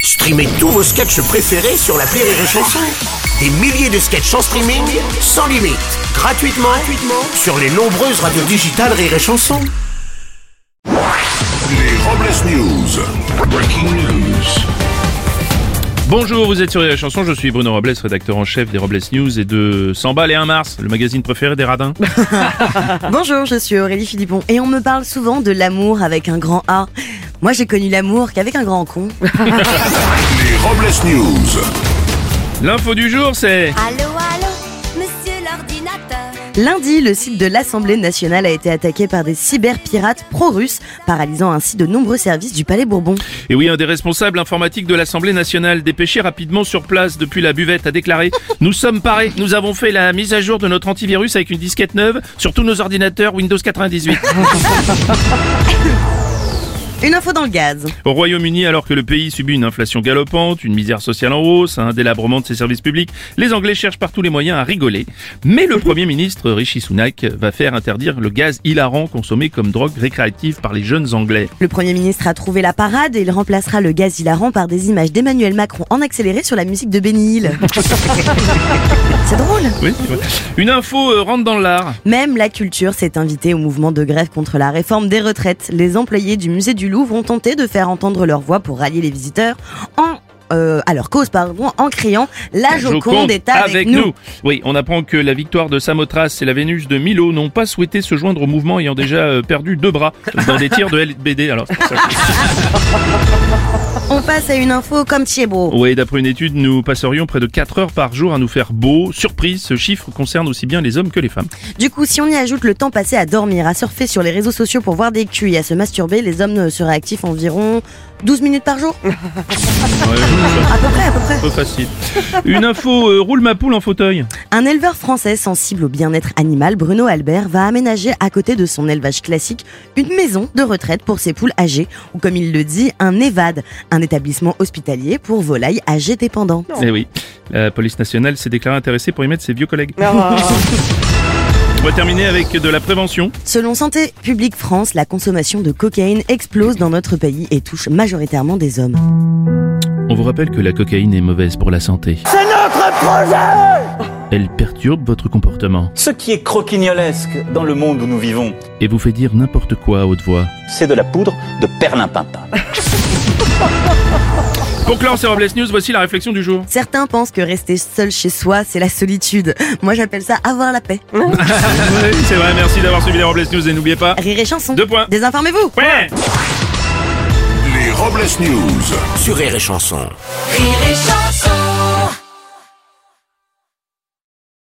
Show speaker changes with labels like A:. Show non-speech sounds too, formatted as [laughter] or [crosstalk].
A: Streamez tous vos sketchs préférés sur la Rire et Chanson. Des milliers de sketchs en streaming, sans limite, gratuitement, gratuitement sur les nombreuses radios digitales Rire et Chanson.
B: Les Robles News. Breaking news.
C: Bonjour, vous êtes sur la chanson, je suis Bruno Robles, rédacteur en chef des Robles News et de 100 balles et 1 mars, le magazine préféré des radins.
D: Bonjour, je suis Aurélie Philippon et on me parle souvent de l'amour avec un grand A. Moi, j'ai connu l'amour qu'avec un grand con.
B: Les Robles News.
C: L'info du jour c'est...
E: Allô, allô, monsieur l'ordinateur.
D: Lundi, le site de l'Assemblée nationale a été attaqué par des cyberpirates pro-russes, paralysant ainsi de nombreux services du Palais Bourbon.
C: Et oui, un des responsables informatiques de l'Assemblée nationale, dépêché rapidement sur place depuis la buvette, a déclaré « Nous sommes parés, nous avons fait la mise à jour de notre antivirus avec une disquette neuve sur tous nos ordinateurs Windows 98 ».
D: Une info dans le gaz.
C: Au Royaume-Uni, alors que le pays subit une inflation galopante, une misère sociale en hausse, un délabrement de ses services publics, les Anglais cherchent par tous les moyens à rigoler. Mais le Premier ministre Rishi Sunak va faire interdire le gaz hilarant consommé comme drogue récréative par les jeunes Anglais.
D: Le Premier ministre a trouvé la parade et il remplacera le gaz hilarant par des images d'Emmanuel Macron en accéléré sur la musique de Benny Hill. C'est drôle.
C: Oui, c'est vrai. Une info euh, rentre dans l'art.
D: Même la culture s'est invitée au mouvement de grève contre la réforme des retraites. Les employés du musée du Louvre ont tenté de faire entendre leur voix pour rallier les visiteurs en euh, à leur cause pardon, en criant La Joconde, est avec, nous.
C: Oui, on apprend que la victoire de Samothrace et la Vénus de Milo n'ont pas souhaité se joindre au mouvement ayant déjà euh, perdu deux bras dans des tirs de LBD. Alors, c'est pour ça que-
D: On passe à une info comme Thiébaut.
C: Oui, d'après une étude, nous passerions près de 4 heures par jour à nous faire beau. Surprise, ce chiffre concerne aussi bien les hommes que les femmes.
D: Du coup, si on y ajoute le temps passé à dormir, à surfer sur les réseaux sociaux pour voir des culs et à se masturber, les hommes seraient actifs environ 12 minutes par jour. À peu près, à peu près.
C: Peu facile. Une info, euh, roule ma poule en fauteuil.
D: Un éleveur français sensible au bien-être animal, Bruno Albert, va aménager à côté de son élevage classique une maison de retraite pour ses poules âgées, ou comme il le dit, un E EHVAD, un établissement hospitalier pour volailles âgées dépendantes.
C: Eh oui, la police nationale s'est déclarée intéressée pour y mettre ses vieux collègues. On va terminer avec de la prévention.
D: Selon Santé publique France, la consommation de cocaïne explose dans notre pays et touche majoritairement des hommes.
C: On vous rappelle que la cocaïne est mauvaise pour la santé. C'est notre projet Elle perturbe votre comportement
F: Ce qui est croquignolesque dans le monde où nous vivons,
C: et vous fait dire n'importe quoi à haute voix.
F: c'est de la poudre de perlimpinpin.
C: Pour clore ces Robles News, voici la réflexion du jour.
D: Certains pensent que rester seul chez soi, c'est la solitude. Moi, j'appelle ça avoir la paix.
C: Oui, [laughs] c'est vrai, merci d'avoir suivi les Robles News et n'oubliez pas...
D: Rire et chanson.
C: Deux points.
D: Désinformez-vous.
C: Ouais
B: Les Robles News.
A: Sur Rire et Chanson.
E: Rire et chanson.